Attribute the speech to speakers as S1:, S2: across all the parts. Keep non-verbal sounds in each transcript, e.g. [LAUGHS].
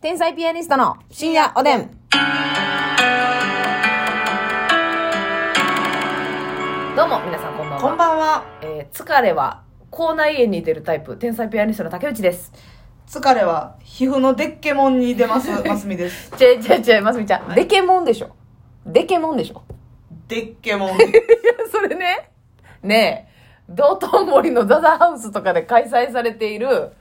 S1: 天才ピアニストの深夜おでん。どうも、皆さんこんばんは。
S2: こんばんは。
S1: えー疲れは口内炎に出るタイプ、天才ピアニストの竹内です。
S2: 疲れは皮膚のデッケモンに出 [LAUGHS] ます。ますみです。
S1: ちぇちぇちぇ、ますみちゃん。デケモンでしょ。デケモンでしょ。
S2: デッケモ [LAUGHS] ン。
S1: [LAUGHS] それね、ねえ、道頓堀のザザハウスとかで開催されている、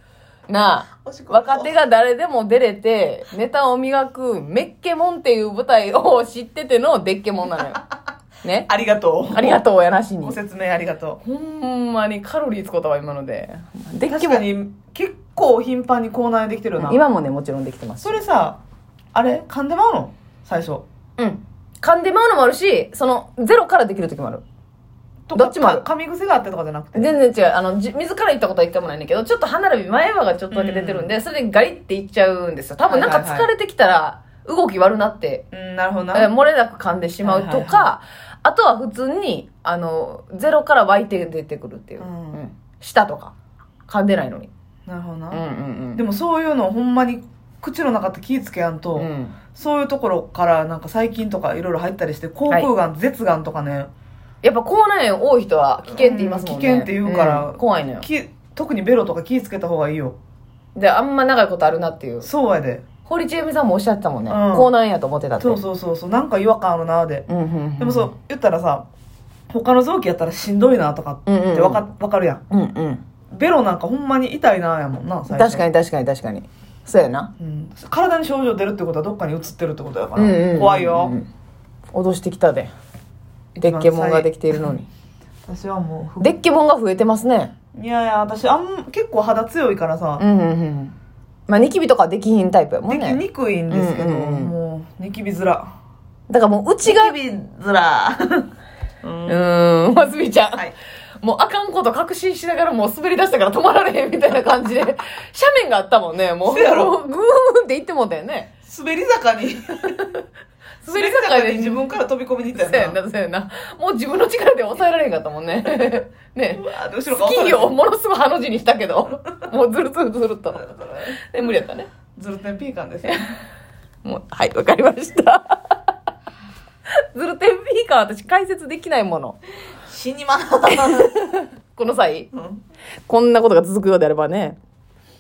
S1: なあ
S2: おしっ、こ
S1: 若手が誰でも出れて、ネタを磨く、メッケモンっていう舞台を知っててのデッケモン [LAUGHS] なのよ。ね。
S2: ありがと
S1: [LAUGHS]
S2: う。
S1: ありがとうやなしに
S2: ご。説明ありがと
S1: ほんまにカロリー使うたわ、今ので。デ
S2: う。
S1: ッケ
S2: 確
S1: モ
S2: か
S1: ン。
S2: に結構頻繁に口内炎できてるな。
S1: 今もね、もちろんできてます
S2: そ。れさ、あれ噛んでまうの最初。
S1: うん。噛んでまうのもあるし、その、ゼロからできる時もある。
S2: とか
S1: どっちもある
S2: か噛み癖があってとかじゃなくて。
S1: 全然違う。あの、じ自ら行ったことは一回もないんだけど、ちょっと歯並び前歯がちょっとだけ出てるんで、それでガリっていっちゃうんですよ。多分なんか
S2: はいはいはい
S1: 疲れてきたら、動き悪なって、
S2: うん、なるほどな。
S1: えー漏れなく噛んでしまうとか、
S2: はいはいは
S1: あとは普通に、あの、ゼロから湧いて出てくるっていう。
S2: うん
S1: 舌とか、噛んでないのに。
S2: なるほど
S1: うんう
S2: な。
S1: んうん。
S2: でもそういうのほんまに口の中って気ぃつけやんと、
S1: うん
S2: そういうところからなんか細菌とかいろいろ入ったりして、口腔がん、舌がんとかね、
S1: やっぱ口内炎多い人は危険って言いますもんね。
S2: うん危険って言うから
S1: ん怖いのよ。
S2: き特にベロとか気ぃつけた方がいいよ。
S1: で、あんま長いことあるなっていう。
S2: そうやで。
S1: 堀ちえみさんもおっしゃってたもんね。
S2: うん
S1: 口内炎やと思ってたって。
S2: そうそうそうそうなんか違和感あるなで、
S1: うんうんうん。
S2: でもそう言ったらさ他の臓器やったらしんどいなとかって
S1: うんうんうん
S2: わか,、わかるやん
S1: うんうん。
S2: ベロなんかほんまに痛いなやもんな最初
S1: 確かに確かに確かにそうやな、
S2: に、うん、体に症状出るってことはどっかに移ってるってことやか
S1: う
S2: ら、
S1: んうんうんうん
S2: 怖いよ、
S1: 脅してきたでデッケモンができているのに
S2: 私はもう
S1: デッケモンが増えてますね
S2: いやいや私あん結構肌強いからさ、
S1: うんうんうんまあニキビとかできひんタイプやもん
S2: でき
S1: ね
S2: にくいんですけど、
S1: うんうんうん
S2: もうニキビ面
S1: だからもううちがう
S2: ニキビ面うん
S1: ーんますみちゃん、
S2: はい
S1: もうあかんこと確信しながらもう滑り出したから止まられへんみたいな感じ
S2: [LAUGHS]
S1: で斜面があったもんねもう
S2: そうやろ
S1: グーンって行ってもうたよね
S2: 滑り
S1: [LAUGHS]
S2: 坂に
S1: 滑り坂で
S2: 自分から飛び込みに行っ
S1: そう
S2: た
S1: や
S2: よ
S1: ん
S2: な
S1: なそうやんなもう自分の力で抑えられへんかったもんね [LAUGHS] ね
S2: うわーで後ろから
S1: ス
S2: 押され
S1: キ
S2: て
S1: ーをものすごいハの字にしたけ
S2: [LAUGHS]
S1: ど、もうずるずるずるっと。で、無理やったね。
S2: ズルテンピーカンですよ。
S1: もう、はい、わかりま
S2: [LAUGHS]
S1: した。ずるてんピーカー私解説できないもの。
S2: 死にま [LAUGHS]
S1: この際、
S2: ん
S1: こんなことが続くようであればね。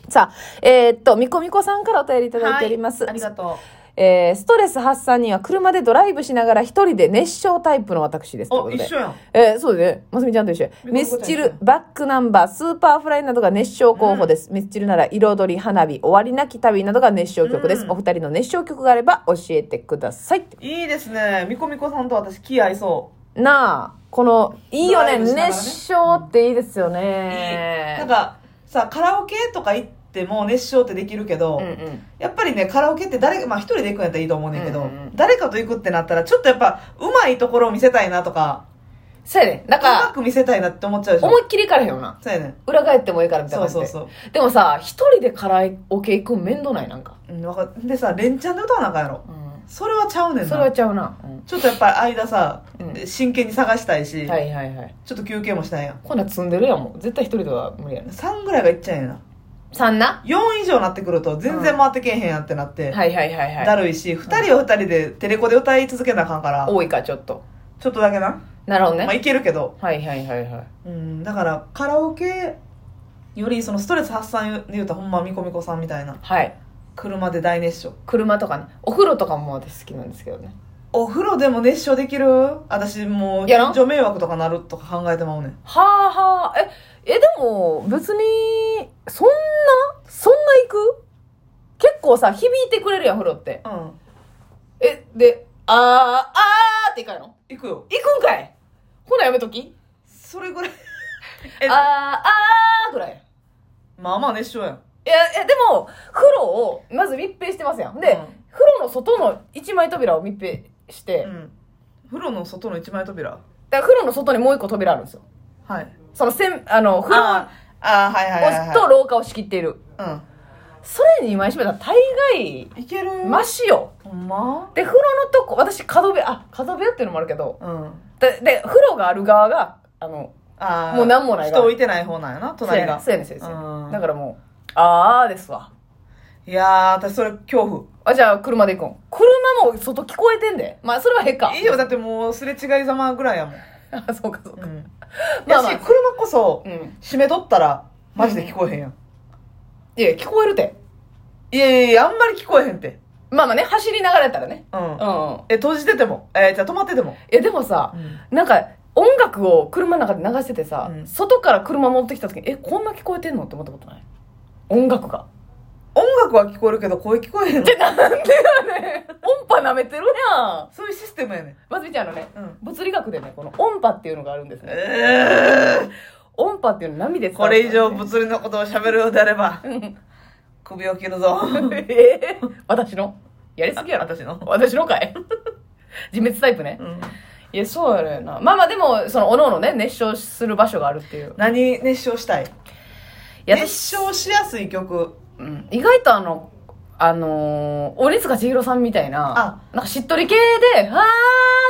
S1: さあ、えーっと、みこみこさんからお便りいただいております。
S2: ありがと
S1: えーストレス発散には車でドライブしながら一人で熱唱タイプの私です。
S2: う。
S1: と
S2: お、
S1: いうこと
S2: 一
S1: で
S2: 緒やん。
S1: えー、そうで、ね、ますみちゃんと一緒や。
S2: みこ
S1: ミ
S2: みこちゃん
S1: スチル、バックナンバー、スーパーフライなどが熱唱候補です。ミスチルなら、彩り、花火、終わりなき旅などが熱唱曲です。
S2: うん
S1: お二人の熱唱曲があれば教えてください。
S2: いいですね。みこみこさんと私気合いそ
S1: なあ、この、いいよね、
S2: ドライブしながらね
S1: 熱唱っていいですよ
S2: う。いい。
S1: ね。
S2: なんか、さ、カラオケとか行っても熱唱ってできるけど、
S1: うんうん。
S2: やっぱりね、カラオケって誰か、まあ一人で行くんやったらいいと思うねんけど、
S1: うんうんうん
S2: 誰かと行くってなったら、ちょっとやっぱ、うまいところを見せたいなとか、
S1: そうやね。なん
S2: うま
S1: か、
S2: く見せたいなって思っちゃうでしょ。
S1: 思いっきり行かれへんよな。
S2: そうやねん。
S1: 裏返ってもいいからみたい
S2: そ
S1: な
S2: う
S1: 感じ
S2: そ
S1: で。
S2: うそう。
S1: でもさ、一人でカラオケ行くん面倒ないなんか。
S2: うん、わかでさ、連チャンで歌わなあかんやろ。
S1: うん。
S2: それはちゃうねんな。
S1: それはちゃうな。うん
S2: ちょっとやっぱり間さ、
S1: うん
S2: 真剣に探したいし、
S1: はいはいはい。
S2: ちょっと休憩もしたいやん。
S1: こんなん積んでるやんもう。絶対一人では無理やね。
S2: 3ぐらいがいっちゃうんやな。
S1: 三な
S2: 4以上なってくると全然回ってけえへんやってなって、
S1: はいはいはいはい。
S2: だるいし、2人は2人でテレコで歌い続けなあかんから、
S1: 多いか、ちょっと。
S2: ちょっとだけな。
S1: なるほどね。
S2: まあいけるけど。
S1: はいはいはいはい。
S2: うん、だからカラオケよりそのストレス発散で言うとほんまみこみこさんみたいな。
S1: はい。
S2: 車で大熱唱。
S1: 車とかね。お風呂とかも私好きなんですけどね。
S2: お風呂でも熱唱できる私もう、
S1: やらん
S2: 近所迷惑とかなるとか考えてまうねん。
S1: はあはあ。え、え、でも、別に、そんなそんな行く結構さ、響いてくれるやん、風呂って。
S2: うん。
S1: え、で、あー、あーって行かんの
S2: 行くよ。
S1: 行くんかいほなやめとき
S2: それぐらい。 [LAUGHS]
S1: あ
S2: え
S1: ー、あーぐらい。
S2: まあまあ熱唱やん。
S1: いや、え、でも、風呂を、まず密閉してますやん。で、
S2: うん
S1: 風呂の外の一枚扉を密閉して、
S2: うん。風呂の外の一枚扉。
S1: だから風呂の外にもう一個扉あるんですよ。
S2: はい。
S1: そのせん、あの、風呂
S2: ああー、はいはいはい、
S1: をと
S2: は
S1: 廊下を仕切っている。
S2: い。うん。
S1: それに枚閉めたら大概、
S2: いける
S1: マシよ。
S2: ほんま
S1: で、風呂のとこ、私、角部屋、あ、角部屋っていうのもあるけど、
S2: うん。
S1: で、で風呂がある側が、あの、
S2: あー
S1: もうなんもないが
S2: 人置いてない方なんやな、隣が。
S1: そうやねんそうやねんそうやねん
S2: うん
S1: だからもう、あーですわ。
S2: いやー、私それ恐
S1: あ、じゃあ車で行こう。車も外聞こえてんで。まあ、それはへっか
S2: 怖。。いいよ、だってもうすれ違いざまぐらいやもん。
S1: [LAUGHS] あ、そうかそうか。
S2: うん。
S1: まあ
S2: や
S1: [LAUGHS] まあ
S2: し、車こそ
S1: う、ん。
S2: 閉めとったら、マジで聞こえへんやん。
S1: いや、聞こえるて。
S2: いやいやいや、あんまり聞こえへんって。
S1: まあまあね、走りながらやったらね。
S2: う
S1: うんん。。い
S2: え、閉じてても。えーじゃあ止まってても。
S1: や、でもさ、なんか、音楽を車の中で流しててさ、
S2: うん
S1: 外から車持ってきた時に、え、こんな聞こえてんのって思ったことない音楽が。
S2: 音楽は聞こえるけど、声聞こえへんの。
S1: なんでやねん音波舐めてるやん
S2: そういうシステムやねん。
S1: まずみちゃんあのね、
S2: うん。
S1: 物理学でね、この音波っていうのがあるんですね。
S2: えー、
S1: 音波っていうの波で伝
S2: こ
S1: わる
S2: れ以上
S1: からね
S2: 物理のことを喋るようであれば、
S1: うん
S2: 首を切るぞ。
S1: [LAUGHS] えー私のやりすぎやろ。
S2: 私の。
S1: [LAUGHS] 私のかい自滅タイプね
S2: う。ん。
S1: いや、そうやろやな。まあまあでも、その、おののね、熱唱する場所があるっていう。
S2: 何熱唱したい
S1: いや、
S2: 熱
S1: 私、
S2: 唱しやすい曲。
S1: うん、意外とあの、あのー、鬼塚千尋さんみたいな、なんかしっとり系で、はー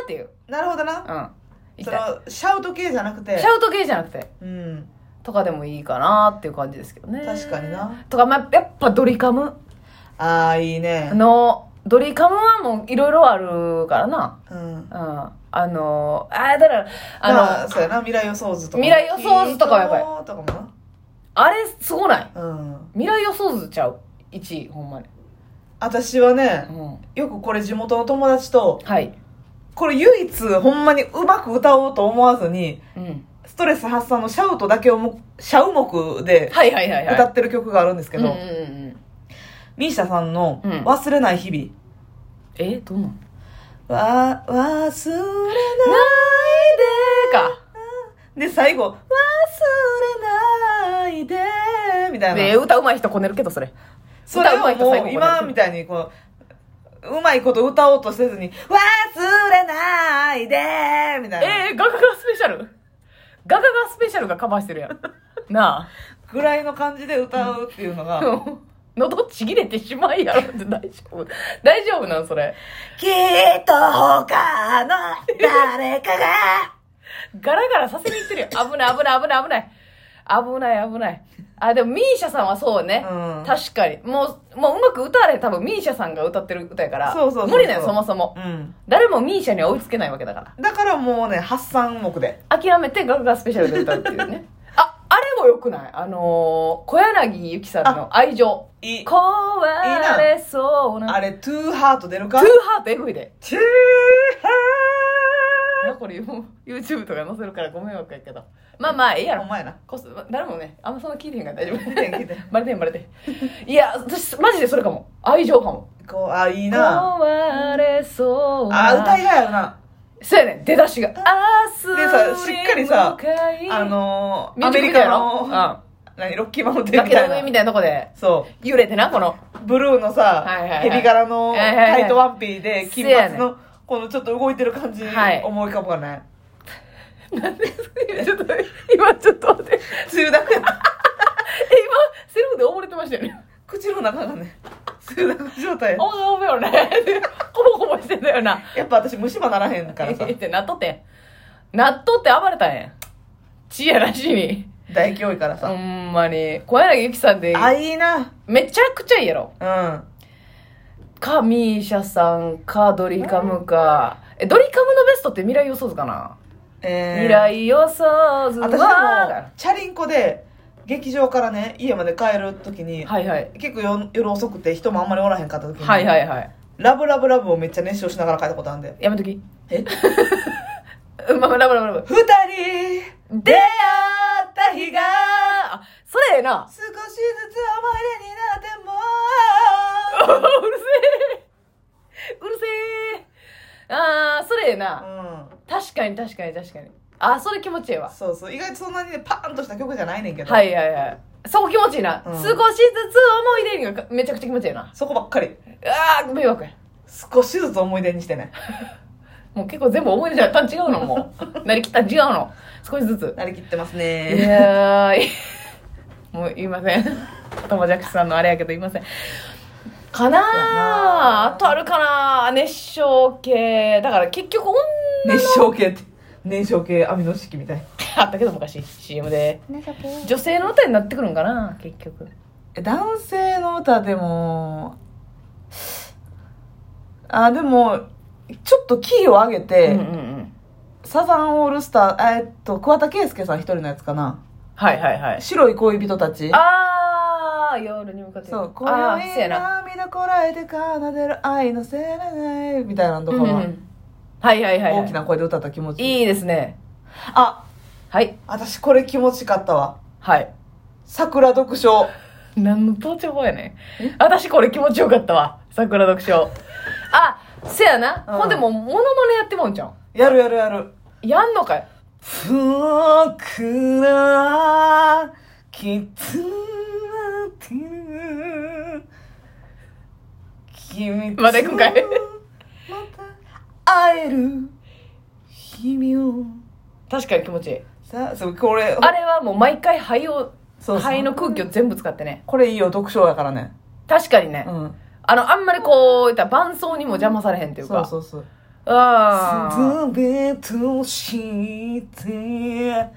S1: っていう。
S2: なるほど
S1: うん。
S2: な。
S1: 行き
S2: そ
S1: た
S2: の、シャウト系じゃなく
S1: い。
S2: て
S1: シ。ャウト系じゃなくて、
S2: うん。
S1: とかでもいいかなっていう感じですけどね。
S2: 確かに。な。
S1: とか、まあ、やっぱドリカム
S2: ああ、いいね。
S1: の、ドリカムはもういろいろあるからな。
S2: うん。
S1: うん。あのー、あーだから、あの、
S2: まあ、そうやな。未来予想図とかも。
S1: 未来予想図とかはやばい
S2: いいとか
S1: あれ、すごない
S2: もな。うん。
S1: 未来予想図ちゃう ?1 位、ほんまに。
S2: 私はね
S1: う、ん。
S2: よくこれ地元の友達と、
S1: はい。
S2: これ唯一ほんまにうまく歌おうと思わずに、
S1: うん。
S2: ストレス発散のシャウトだけをも、シャウモクで
S1: はいはいはいはい。
S2: 歌ってる曲があるんですけ
S1: うんうん
S2: ど、
S1: うんうん。
S2: ミーシャさんの
S1: うん
S2: 忘れない日々。
S1: え、どうなん
S2: わ、忘れない。
S1: ない
S2: で、最後、忘れないで、みた
S1: でか。で、
S2: いな。
S1: 歌うまい人こねるけど、それ。
S2: それ
S1: 歌うまい
S2: を
S1: 人最
S2: も
S1: 後
S2: う、
S1: ま
S2: 今
S1: で
S2: みたいに、こう、うまいこと歌おうとせずに、忘れないで、みたいな。
S1: えー、ガガガスペシャルガガガスペシャルがカバーしてるや [LAUGHS] ん。な
S2: ぐらいの感じで歌うっていうの
S1: あ。
S2: が、
S1: うん喉ちぎれてしまいやろって大丈夫。大丈夫なんそれ。
S2: きっと他の誰かが、
S1: ガラガラさせにいってるよ。危ない危ない危ない危ない。危ない危ない。あ、でもミーシャさんはそうね。
S2: う
S1: [LAUGHS]
S2: ん
S1: 確かに。もう、もううまく歌われへん多分ミーシャさんが歌ってる歌やから。
S2: そうそうそうそう
S1: 無理だよ、そもそも。
S2: うん。
S1: 誰もミーシャには追いつけないわけだか
S2: だからもうね、発散目で。
S1: ら。諦めてガガガスペシャルで歌うっていうね。あ、あれも良くないあのー、小柳ゆきさんの愛情。
S2: いい。
S1: 壊れそうな。
S2: あれ、トゥーハート出る
S1: トゥ
S2: か
S1: ーハート F で。
S2: トゥー
S1: なこれもう YouTube とか載せるからご迷惑やけど。まあまあ、ええや
S2: ハ
S1: ろ
S2: ート。お。前な。
S1: こそ誰もね、あんまそんな聞いてへんから大丈夫。
S2: 見て聞いて。
S1: バレてんバレてんいや私マジでそれかも愛情かも
S2: こう、あ、いいな。
S1: 壊れそうな
S2: あ、歌いがやよな。
S1: そうやねん出だしが明日
S2: でさしっかりさ
S1: に向かい
S2: あのー、
S1: ミュ
S2: ア
S1: ージックビ
S2: メリ
S1: デオ
S2: カ
S1: やろうん
S2: の、何、ロッキーマウンテンみ
S1: [LAUGHS] 崖の
S2: た
S1: 上み
S2: いな。
S1: たいなとこで
S2: そ
S1: 揺れてなこの
S2: う。ブルーのさ
S1: はいはいは、い
S2: ヘビ柄の
S1: はいはいはい
S2: タイトワンピーで、
S1: せ
S2: 金
S1: やねん
S2: 髪の、このちょっと動いてる感じ
S1: はい、
S2: 思い浮かぶかね。
S1: ちょっと今ちょっと待ってえ
S2: 梅雨だ
S1: [LAUGHS]
S2: け、
S1: 今セルフで溺れてましたよね
S2: 口の中がね、梅雨だけ状態。
S1: おめおめよね [LAUGHS] コボコボしてたよな
S2: やっぱ私虫歯ならへんからさ
S1: [LAUGHS] え、ってなっとってんなっとって暴れたんやちやらしいに
S2: 大凶いから
S1: ほ
S2: さ。
S1: んまに小柳ゆきさんで
S2: あ、いいな。
S1: めちゃくちゃいいやろ
S2: う
S1: か、ミーシャさんか、ドリカムか。え、ドリカムのベストって未来予想図かな、
S2: ん。えー
S1: 未来予想図は
S2: 私でも、チャリンコで、劇場からね、家まで帰るときに、
S1: はいはい。
S2: 結構夜夜遅くて人もあんまりおらへんかった時に、
S1: はいはいはい。
S2: ラブラブラブをめっちゃ熱唱しながら書いたことあるんで。
S1: やめとき。
S2: え
S1: うん、まあまあ、ラブラブラブ。
S2: 二人、
S1: 出会った日が、あ、それええな [LAUGHS]
S2: 少。しずつ思い出になっても。
S1: うるせえ。うるせえ。あー、それええな。
S2: う
S1: 確かに確かに確かに。あ、それ気持ちええわ
S2: ん。。そうそう。意外とそんなにね、パーンとした曲じゃないねんけど。
S1: はいはいはい。そこ気持ちいいな。
S2: うん
S1: 少しずつ思い出がめちゃくちゃ気持ちいいな。
S2: そこばっかり。
S1: あー、迷惑や。
S2: 少しずつ思い出にしてね。
S1: もう結構全部思い出ちゃったん違うのも
S2: [LAUGHS]
S1: う。なりきったん違うの。少しずつ。
S2: なりきってます
S1: い
S2: ね。
S1: やー、いもう言いません。友ジャクさんのあれやけど言いません。かなー
S2: な
S1: あとあるかなー熱唱系。だから結局女の、
S2: 熱唱系って。燃焼系網の式みたい。
S1: あったけど昔 CM で。
S2: 燃焼系。
S1: 女性の歌になってくるんかな結局。
S2: 男性の歌でも、あ、でも、ちょっとキーを上げて、
S1: うんうんうん。
S2: サザンオールスター、えーっと、桑田佳祐さん一人のやつかな。
S1: はいはいはい。
S2: 白い恋人たち。
S1: あー、夜に向かって。
S2: そう、今
S1: あー、そう
S2: 宵
S1: やな。
S2: 涙こらえて奏でる愛のせらない、みたいなのと
S1: う
S2: か
S1: んう
S2: は、
S1: んはいはいはいはい。
S2: 大きな声で歌ったら気持ちいい。
S1: いいですね。
S2: あ、
S1: はい。
S2: 私これ気持ちかったわ。
S1: はい。
S2: 桜読書。
S1: 何の到着法やねん。私これ気持ちよかったわ。桜読書。あ、せやな。
S2: うん
S1: ほんでもう、モノマネやってもんじゃん。
S2: やるやるやる。
S1: やんのかい。
S2: 僕ら、きつなて、君と
S1: まだ行くんかい
S2: また会える日々を。
S1: 確かに気持ちいい。
S2: さあ、そう、これ、
S1: あれはもう毎回肺を、
S2: そうそう
S1: 肺の空気を全部使ってね。
S2: これいいよ、読書やからね。
S1: 確かにね。
S2: うん。
S1: あの、あんまりこう、いったら伴奏にも邪魔されへんっていう
S2: そ
S1: か。
S2: うそうそう。
S1: あ
S2: すべてを知って、
S1: ー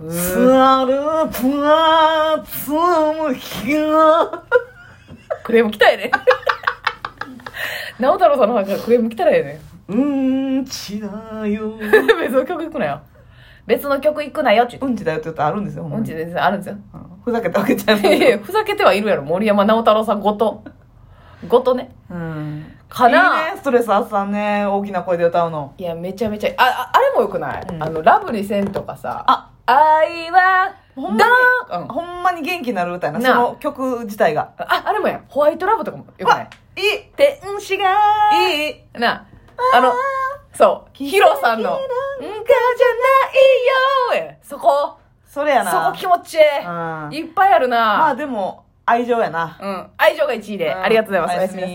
S1: うー
S2: さるパーツも広
S1: クレーム来たやね。 [LAUGHS] 直太朗さんの方からクレーム来たらええ [LAUGHS] ね。
S2: うんちだよ。
S1: 別の曲行くなよ。別の曲行くなよって言って。
S2: [LAUGHS] うんちだよって言ったらあるんですよ、ほんま
S1: うん
S2: に
S1: ち全然あるんですよ。
S2: うんふざけたわけじゃない
S1: いやいや [LAUGHS] ふざけてはいるやろ。森山直太朗さんごと。ごとね。
S2: うん。
S1: かない
S2: いね、ストレス発散ね。大きな声で歌うの。
S1: いや、めちゃめちゃ、あ、ああれもよくない、
S2: うん
S1: あの、ラブリセンとかさ、
S2: あ、
S1: 愛は、
S2: ほんまに
S1: ドーン、
S2: ほんまに元気になる歌やな、
S1: なあ
S2: その曲自体が。
S1: あ、あれもやん。ホワイトラブとかもよくない
S2: いい
S1: 天使がい
S2: いい
S1: い。なあ、あの、そう、ヒロさんの、んかじゃないよえそこ、
S2: それやな。
S1: そこ気持ちい
S2: うん
S1: い。いっぱいある
S2: ま
S1: な、
S2: あでも、愛情やな。
S1: うん。愛情が1位で、
S2: うん
S1: ありがとうございます。
S2: お
S1: お
S2: や
S1: や
S2: す
S1: すみ
S2: み
S1: なさい。